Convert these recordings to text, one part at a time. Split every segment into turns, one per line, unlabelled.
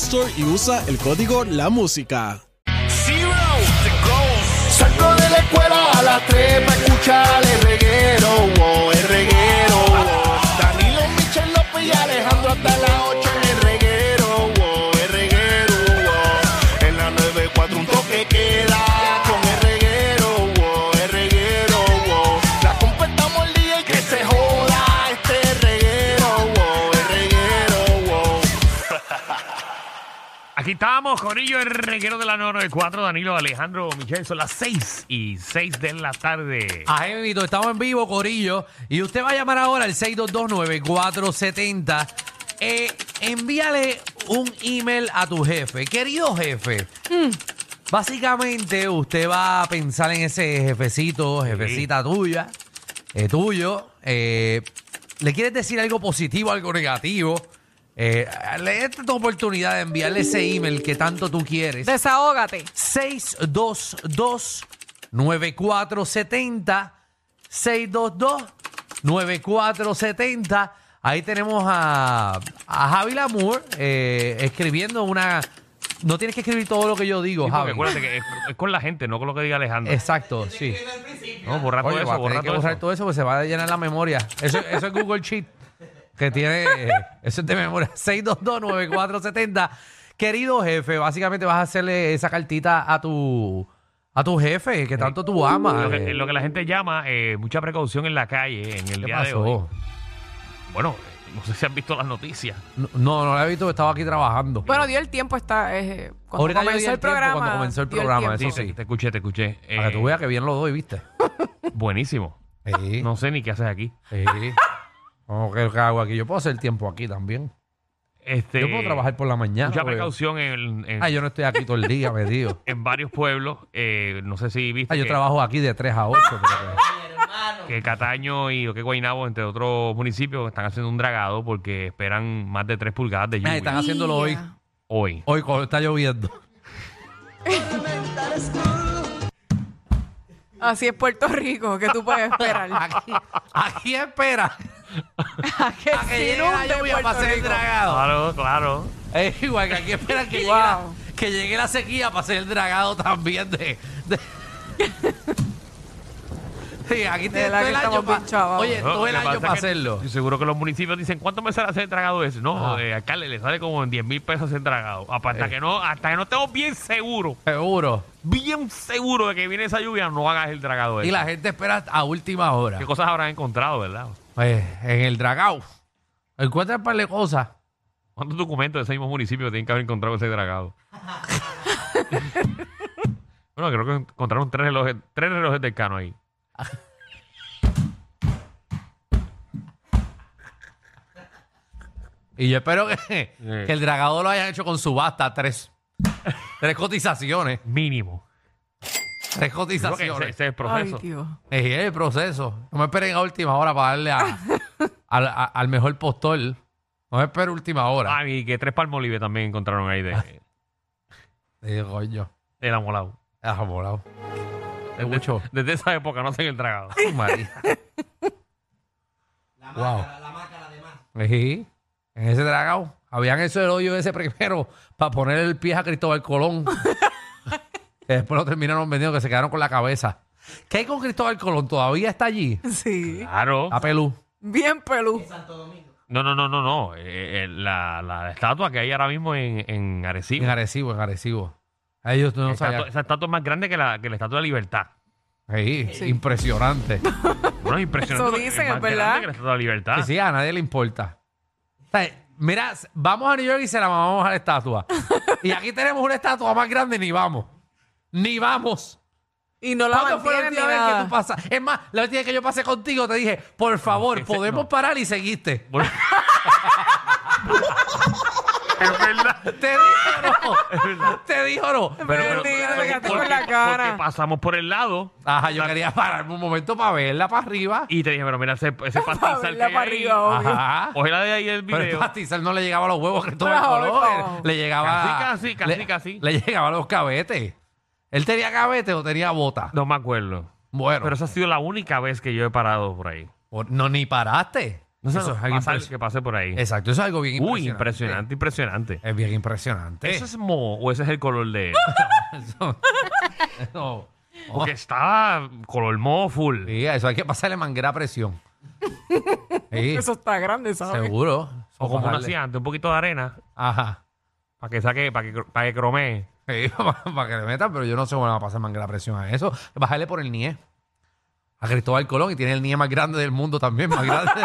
Store y usa el código La Música.
Salgo de la escuela a las 3 para escuchar el reguero, oh, el reguero. oh. Danilo, Michel López y Alejandro hasta las 8 en el reguero, oh, el reguero. oh. En la 94 un toque queda con el reguero, oh, el reguero. oh. La completamos el día y que se joda este reguero, oh, el reguero. oh.
Aquí estamos, Corillo, el reguero de la 994, Danilo Alejandro Michel, son las 6 y 6 de la tarde.
Ajá, amiguito, Ah, estamos en vivo, Corillo. Y usted va a llamar ahora al 6229470. Eh, envíale un email a tu jefe. Querido jefe, básicamente usted va a pensar en ese jefecito, jefecita tuya, eh, tuyo. eh, ¿Le quieres decir algo positivo, algo negativo? Eh, le esta es tu oportunidad de enviarle ese email que tanto tú quieres.
Desahógate.
622-9470. 622-9470. Ahí tenemos a, a Javi Lamour eh, escribiendo una. No tienes que escribir todo lo que yo digo,
Sí, porque
Javi.
acuérdate que es, es con la gente, no con lo que diga Alejandro.
Exacto, sí.
no, borra todo
Oye, va
eso,
a tener
borra
que
todo
borrar
eso.
todo eso porque se va a llenar la memoria. Eso, eso es Google Sheet que tiene. eh, Eso es de memoria. 6229470. Querido jefe, básicamente vas a hacerle esa cartita a tu a tu jefe que tanto tú amas.
Eh, Lo que,
eh.
lo que la gente llama eh, mucha precaución en la calle en el
¿Qué
día de hoy.
pasó?
Bueno, eh, no sé si han visto las noticias.
No, no la he visto, estaba aquí trabajando.
Bueno, dio el tiempo está eh, cuando
Ahorita yo di
comenzó
el
el,
tiempo,
programa.
cuando comenzó el
dio
programa,
Sí,
tiempo.
eso sí.
Te, te escuché, te escuché.
Para que
Eh,
tú veas que bien lo doy, ¿viste?
Buenísimo.
Sí.
No sé ni qué haces aquí.
sí. Vamos, ¿qué hago aquí? Yo puedo hacer tiempo aquí también.
Este,
Yo puedo trabajar por la mañana.
Mucha
porque-
precaución en, en-
Ah, yo no estoy aquí todo el día, metido.
en varios pueblos. eh, no sé si viste
Ah, yo
que-
trabajo aquí de 3 a 8.
que Cataño y que Guaynabo, entre otros municipios, están haciendo un dragado porque esperan más de 3 pulgadas de lluvia
Ah, están haciéndolo hoy.
Ya.
hoy.
Hoy cuando está lloviendo.
Así es Puerto Rico, que tú puedes esperar. a
Aquí, aquí espera
que
a que
se
llegue la
inunde
lluvia para
Puerto
hacer el
Rico.
dragado.
Claro, claro.
Es igual que aquí espera que, llegue
Wow.
la, que llegue la sequía para hacer el dragado también de... de- Sí, aquí tiene
verdad
todo
que
el año
estamos
pa-
bien chavados.
Oye, todo el
Lo que
año
pasa
para
es que
hacerlo.
yo Seguro que los municipios dicen, ¿cuánto me sale hacer el dragado ese? No,
Ajá.
eh, alcalde, le sale como en 10 mil pesos hacer el dragado. Ah, Hasta,
Eh.
que no, hasta que no estemos bien seguros,
Seguro.
bien seguros de que viene esa lluvia, no hagas el dragado
Y
ese.
la gente espera a última hora.
¿Qué cosas habrán encontrado, verdad?
Pues, en el dragado. Encuentra un par de cosas.
¿Cuántos documentos de ese mismo municipio tienen que haber encontrado ese dragado? bueno, creo que encontraron tres relojes, tres relojes del cano ahí.
Y yo espero que, que el dragado lo hayan hecho con subasta. Tres, tres cotizaciones.
Mínimo.
Tres
Creo que ese, ese
cotizaciones.
es el
Ay,
proceso.
Dios.
Es el proceso. No me esperen a última hora para darle a- al, a- al mejor postor. No me esperen a última hora.
Ah, y que tres palmolive también encontraron ahí
Ah.
de,
Eh, coño.
de la molao.
Ah, volado. Es mucho.
Desde esa época no hacen el dragado.
Ay, María. wow. Sí. En ese dragado. Habían hecho el hoyo ese primero para poner el pie a Cristóbal Colón. Que después lo terminaron vendiendo, que se quedaron con la cabeza. ¿Qué hay con Cristóbal Colón? ¿Todavía está allí?
Sí.
Claro.
A Pelú.
Bien pelú.
No, no, no, no, no. Eh, eh, la, la estatua que hay ahora mismo en, en Arecibo.
En Arecibo, en Arecibo. Ahí yo no
Esa
sabía.
estatua- esa estatua es más grande que la, que la estatua de libertad.
Ahí,
Sí.
Impresionante.
Bueno, es impresionante.
Eso
porque
dicen,
más grande
¿verdad?
Que la estatua de libertad.
Ah.
Que sí, a nadie le importa. O sea, mira, s- vamos a New York y se la mamamos a la estatua. y aquí tenemos una estatua más grande, ni vamos. Ni vamos.
Y no la
¿Cuándo fue la
mantienen ni
última vez que
nada.
tú pasas? Es más, la última vez que yo pasé contigo te dije, por favor,
ese-
podemos
no.
parar y seguiste.
Bueno. es verdad.
Te dijo no. te dijo no.
Pero- Mentira, me quedaste con la cara.
porque pasamos por el lado
Ajá, yo quería pararme un momento para verla para arriba.
y te dije, pero mira ese, ese pastizal que
verla
hay
para
ahí,
arriba, obvio.
Ajá.
Cógela de ahí el
Ah. Pero el
video.
pastizal no le llegaba a los huevos que toma el
Por favor, por
color.
favor.
Le llegaba.
Casi, casi, casi,
le,
casi.
Le llegaba a los cabetes. ¿Él tenía cabete o tenía bota?
No me acuerdo.
Bueno,
Pero esa ha sido la única vez que yo he parado por ahí.
o- no ni paraste.
No sé,
Eso es algo
pasar
impresi-
que pasé por ahí.
Exacto, eso es algo bien
Uy, impresionante,
impresionante.
impresionante.
Es bien impresionante.
¿Eso es mo o ese es el color de él?
No.
Porque estaba color mo full.
Sí, a eso hay que pasarle manguera a presión. Sí,
Eso está grande, ¿sabes?
seguro.
O como uno
Pasarle-
hacía antes, un poquito de arena
Ajá.
para que saque, para que, para que cromee.
para, que le metan, pero yo no sé cómo le va a pasar manguera a presión a eso. Bájale por el NIE. A Cristóbal Colón y tiene el NIE más grande del mundo también, más grande.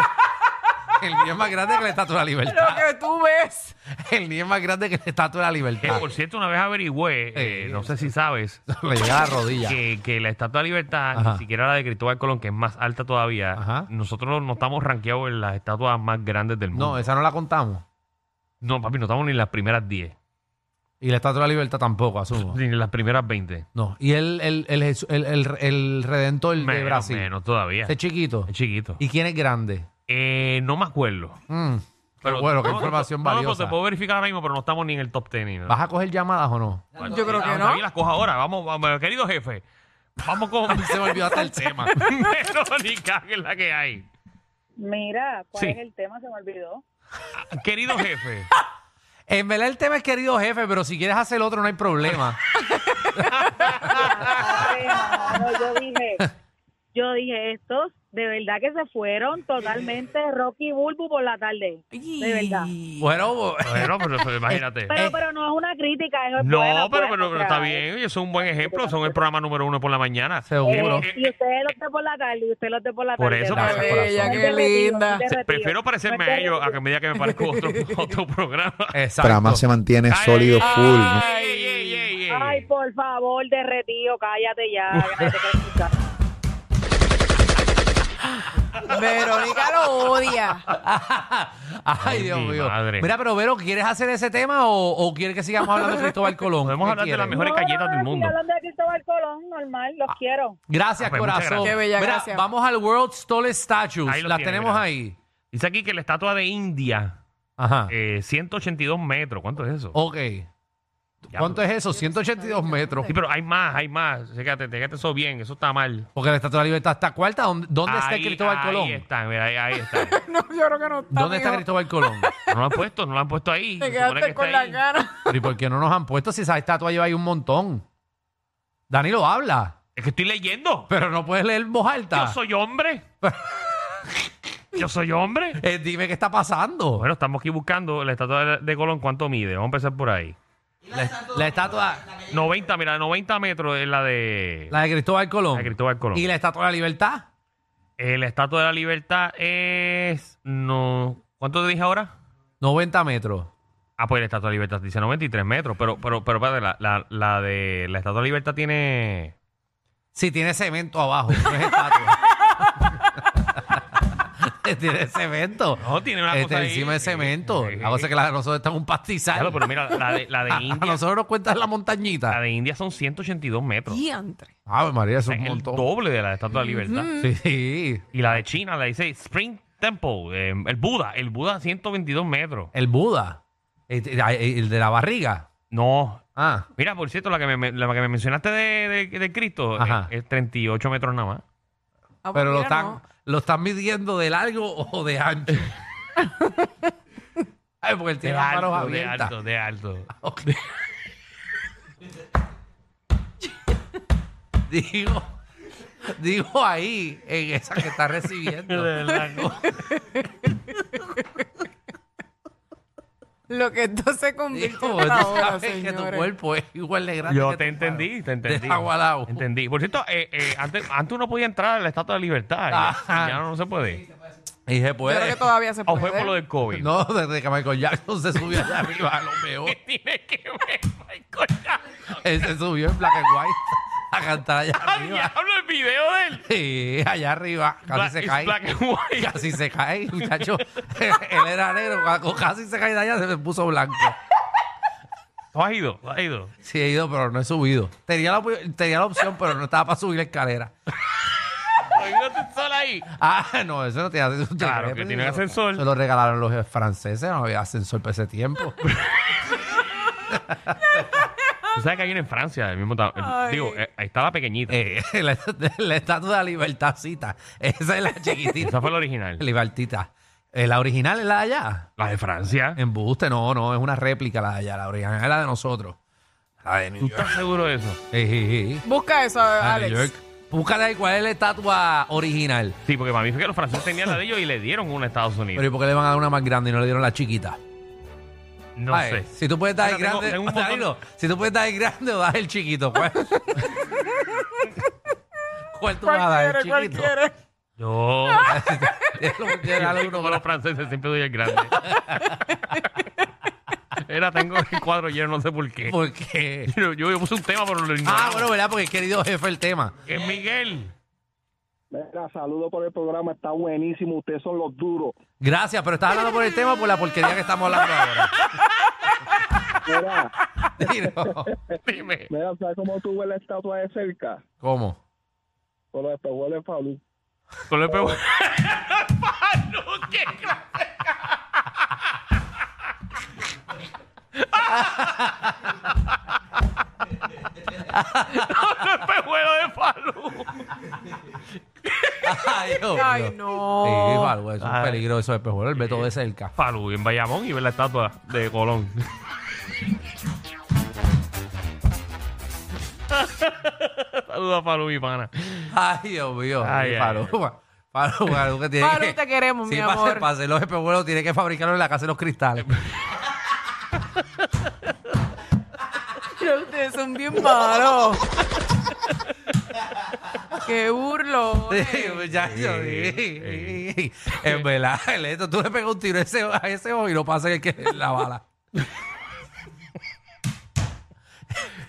el NIE más grande que la Estatua de la
Lo
Libertad.
que tú ves.
El NIE más grande que la Estatua de la
Que,
Libertad.
por cierto, una vez averigüé, eh,
Ah. Sí,
no sé si sabes,
le llega a la rodilla.
que, que la Estatua de la Libertad,
Ajá.
ni siquiera la de Cristóbal Colón, que es más alta todavía,
Ajá.
nosotros no estamos rankeados en las estatuas más grandes del mundo.
No, esa no la contamos.
No, papi, no estamos ni en las primeras 10,
Y la Estatua de la Libertad tampoco, asumo.
ni en las primeras 20.
No. Y el, el, el, Jesu- el, el- el Redentor de
Menos,
Brasil.
menos todavía.
Ese chiquito.
Es chiquito.
¿Y quién es grande?
Eh, no me acuerdo.
Mm. Pero bueno, qué información
no, no, pero
valiosa.
te puedo verificar ahora mismo, pero no estamos ni en el top 10 ni nada.
¿Vas a coger llamadas o no?
Yo creo que
Ah,
no.
ahí las cojo ahora. Vamos, vamos, querido jefe. Vamos con
Se me olvidó hasta el tema.
Verónica, que es la que hay.
Mira, ¿cuál
Sí.
es el tema? Se me olvidó.
Querido jefe.
En verdad el tema es querido jefe, pero si quieres hacer otro no hay problema.
Ay, mano, yo dije, yo dije, estos de verdad que se fueron totalmente Rocky Bulbu por la tarde. De verdad.
Bueno,
Bueno, pero eso, imagínate.
Pero, pero no es una crítica. es
Eh. No,
buena,
pero,
buena,
pero,
o
pero
sea,
está bien. Ellos son un buen ejemplo. Son el programa número uno por la mañana.
eh,
seguro.
Eh,
y ustedes los de por la tarde, y ustedes los de por la
Por
tarde.
eso,
de
Gracias,
verdad.
corazón. Ella,
No
qué
te retiro,
linda.
no te retiro.
Prefiero parecerme
No
a
te
ellos a que
retiro.
me diga que me parezco a otro, a otro programa.
Exacto.
Trama se mantiene
Ay,
sólido
ay,
full. ¿no?
ay, ay, ay, ay.
Ay, pues. por favor, derretido, cállate ya. ya te quiero escuchar.
Verónica lo odia.
Ay, Dios
mi
mío.
madre.
Mira, pero Vero, ¿quieres hacer ese tema o, o quieres que sigamos hablando de Cristóbal Colón?
Podemos
¿Qué
hablar de la
quieres?
mejor- Mejores galletas del
estoy
mundo.
hablando de Cristóbal Colón, normal, los quiero.
Gracias,
Ah, pues, muchas
corazón.
gracias.
Qué bella,
Mira,
gracias.
vamos al World's Tallest Statues.
Ahí lo
Las
tiene,
tenemos
mira.
ahí.
Dice aquí que la estatua de India,
Ajá.
eh, 182 metros. ¿Cuánto es eso?
ok.
Ya,
Oh,
pues.
¿Cuánto es eso? 182 metros.
Sí, pero hay más, hay más. Fíjate, fíjate eso bien. Eso está mal.
Porque la Estatua de la Libertad está cuarta. ¿Dónde, dónde está
Ahí-
Cristóbal Colón?
Ahí está, mira, ahí, ahí está.
No, yo creo que no está.
¿Dónde está
mijo.
Cristóbal Colón?
No lo han puesto, no lo han puesto ahí.
Te
Se supone que
quedaste
está
con la
ahí.
cara.
Pero ¿Y por qué no nos han puesto si esa estatua lleva ahí un montón? Danilo habla,
Es que estoy leyendo.
pero no puedes leer en voz
Yo
alta.
soy hombre. Yo soy hombre.
Eh, dime qué está pasando.
Bueno, estamos aquí buscando la estatua de- de Colón. ¿Cuánto mide? Vamos a empezar por ahí.
la, la estatua,
90, mira, 90 metros es la de la,
la de Cristóbal Colón.
de Cristóbal Colón.
Y
Eh,
la estatua de la libertad.
La... estatua de la libertad es. no ¿Cuánto te dije ahora?
90 metros.
Ah, pues la estatua de la libertad dice 93 metros. Pero, pero, pero, espérate, la, la, la de la estatua de la libertad tiene.
Si tiene cemento abajo, no es estatua. tiene cemento.
No, tiene una
Este,
cosa ahí.
encima de cemento.
Sí.
La cosa es que Ah, la de nosotros está en un pastizal.
Claro, pero mira, la de, la de
A
India.
nosotros nos cuentan la montañita.
La de India son 182 metros.
Diantre.
Ave María, eso
O sea,
es un
el
montón.
doble de la Estatua de la Libertad.
Sí.
Y la de China, la dice Spring Temple, eh, el Buda, el Buda 122 metros.
El Buda. Este, El, el de la barriga.
No.
Ah.
Mira, por cierto, la que me, me- la que me mencionaste de, de- de Cristo
Ajá.
eh, es 38 metros nada más.
Ah, pues
Pero lo
mira,
están,
no.
lo están midiendo de largo o de ancho. Ay, porque él tiene las manos
de
abiertas.
alto, de alto.
Ok. digo, digo ahí, en esa que está recibiendo.
Lo que esto se convirtió
Digo,
en
tú
ahora,
sabes que tu
señores.
cuerpo es igual de grande.
Yo
que
te
tu mano.
entendí, te entendí.
De agualao.
Entendí. Por cierto, eh, eh, antes, antes uno podía entrar a la Estatua de Libertad.
Ajá.
Ya, ya no se puede.
Y se
Yo
puede.
creo que todavía se
O
puede.
fue por lo del COVID.
No, desde que Michael Jackson se subió allá arriba, a lo peor.
Tiene que ver, Michael Jackson.
Él se subió en Black and White a cantar allá
¡Al
arriba.
diablo el video de él!
Sí, allá arriba. Casi
Black-
se
it's
cae.
black and white.
Casi se cae, muchacho. Él era negro. Cuando casi se cae de allá, se me puso blanco.
¿Tú has ido? ¿Tú has ido?
Sí, he ido, pero no he subido. Tenía la, op- tenía la opción, pero no estaba para subir la escalera.
¿Has ido tú sola ahí?
Ah, no, eso no tiene ascensor.
Claro, que tiene ascensor.
Se lo regalaron los franceses, no había ascensor para ese tiempo.
Tú sabes que hay una en Francia, el mismo ta- el-
Ay.
Digo, eh, ahí está la pequeñita.
Eh, la, la estatua de la libertadcita. Esa es la chiquitita.
Esa fue la original.
Libertita. Eh, la original es la de allá.
La de Francia.
Embuste, no, no, es una réplica la de allá. La original es la de nosotros. La de
¿Tú
New York.
estás seguro de eso?
Eh, eh, eh.
Busca eso,
La de
Alex.
New York. Búscale ahí cuál es la estatua original.
Sí, porque para mí fue que los franceses tenían la de ellos y le dieron una a Estados Unidos.
Pero ¿y por qué le van a dar una más grande y no le dieron la chiquita?
no
Ay,
sé.
Si tú puedes dar el
Mira, tengo-
grande,
tengo un
Danilo, si tú puedes dar el grande o dar el chiquito, ¿cuál? ¿Cuál tú vas a dar?
¿Cuál
El eh, chiquito.
quiere? ¿Cuál quiere?
Yo,
Ah. Lo que
yo
quiera,
soy
uno
como
con la-
los franceses siempre doy el grande. Era, tengo el cuadro lleno, no sé por qué.
¿Por qué?
Yo, yo- yo puse un tema, pero lo
Ah,
ignoramos.
bueno, ¿verdad? Porque querido jefe el tema.
Es Miguel.
Mira, saludo por el programa, está buenísimo, ustedes son los duros.
Gracias, pero estás hablando por el tema o por la porquería que estamos hablando ahora.
Mira,
Dilo.
Dime.
mira, ¿sabes cómo tú ves la estatua de cerca?
¿Cómo?
Con los espejos de Falú.
Con el pego. no, qué clase. Con el pejuelo de Falú.
Ay, Dios
Ay,
mío.
no.
Sí, Falú, es un
Ay.
peligro eso de pejuelo, el Beto de cerca.
Falú en Bayamón y ver la estatua de Colón. Saluda a Falú, mi pana.
Ay, Dios mío.
Ay,
Sí,
ay,
Falú. Falú, Falú, que tiene
Falú,
que-
te queremos,
Sí,
mi
para hacer-
amor.
Para hacer los espejuelos tiene que fabricarlo en la casa de los cristales.
Pero Ustedes son bien malos. Qué burlo.
Sí, pues, muchacho,
Sí,
sí. En verdad, Leto, tú le pegas un tiro a ese, a ese ojo y lo pasa en el que en la bala.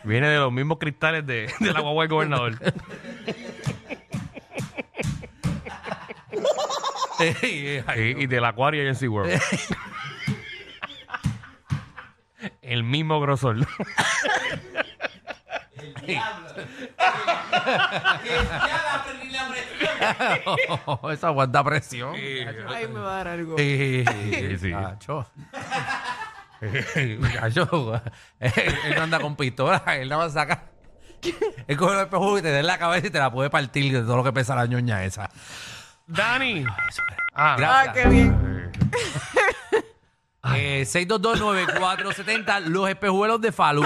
Viene de los mismos cristales de, de la guagua del gobernador.
Sí, ay,
Eh, y, y del acuario y en SeaWorld. El mismo grosor.
no, eso aguanta presión.
Ay, me va a dar algo.
Sí,
Sí, sí.
muchacho. Muchacho, él él no anda con pistola, él nada más saca. Él coge los espejos y te da en la cabeza y te la puede partir de todo lo que pesa la ñoña esa.
Dani. Ah,
Ah, qué bien.
Eh, 6229470, los espejuelos de Falú.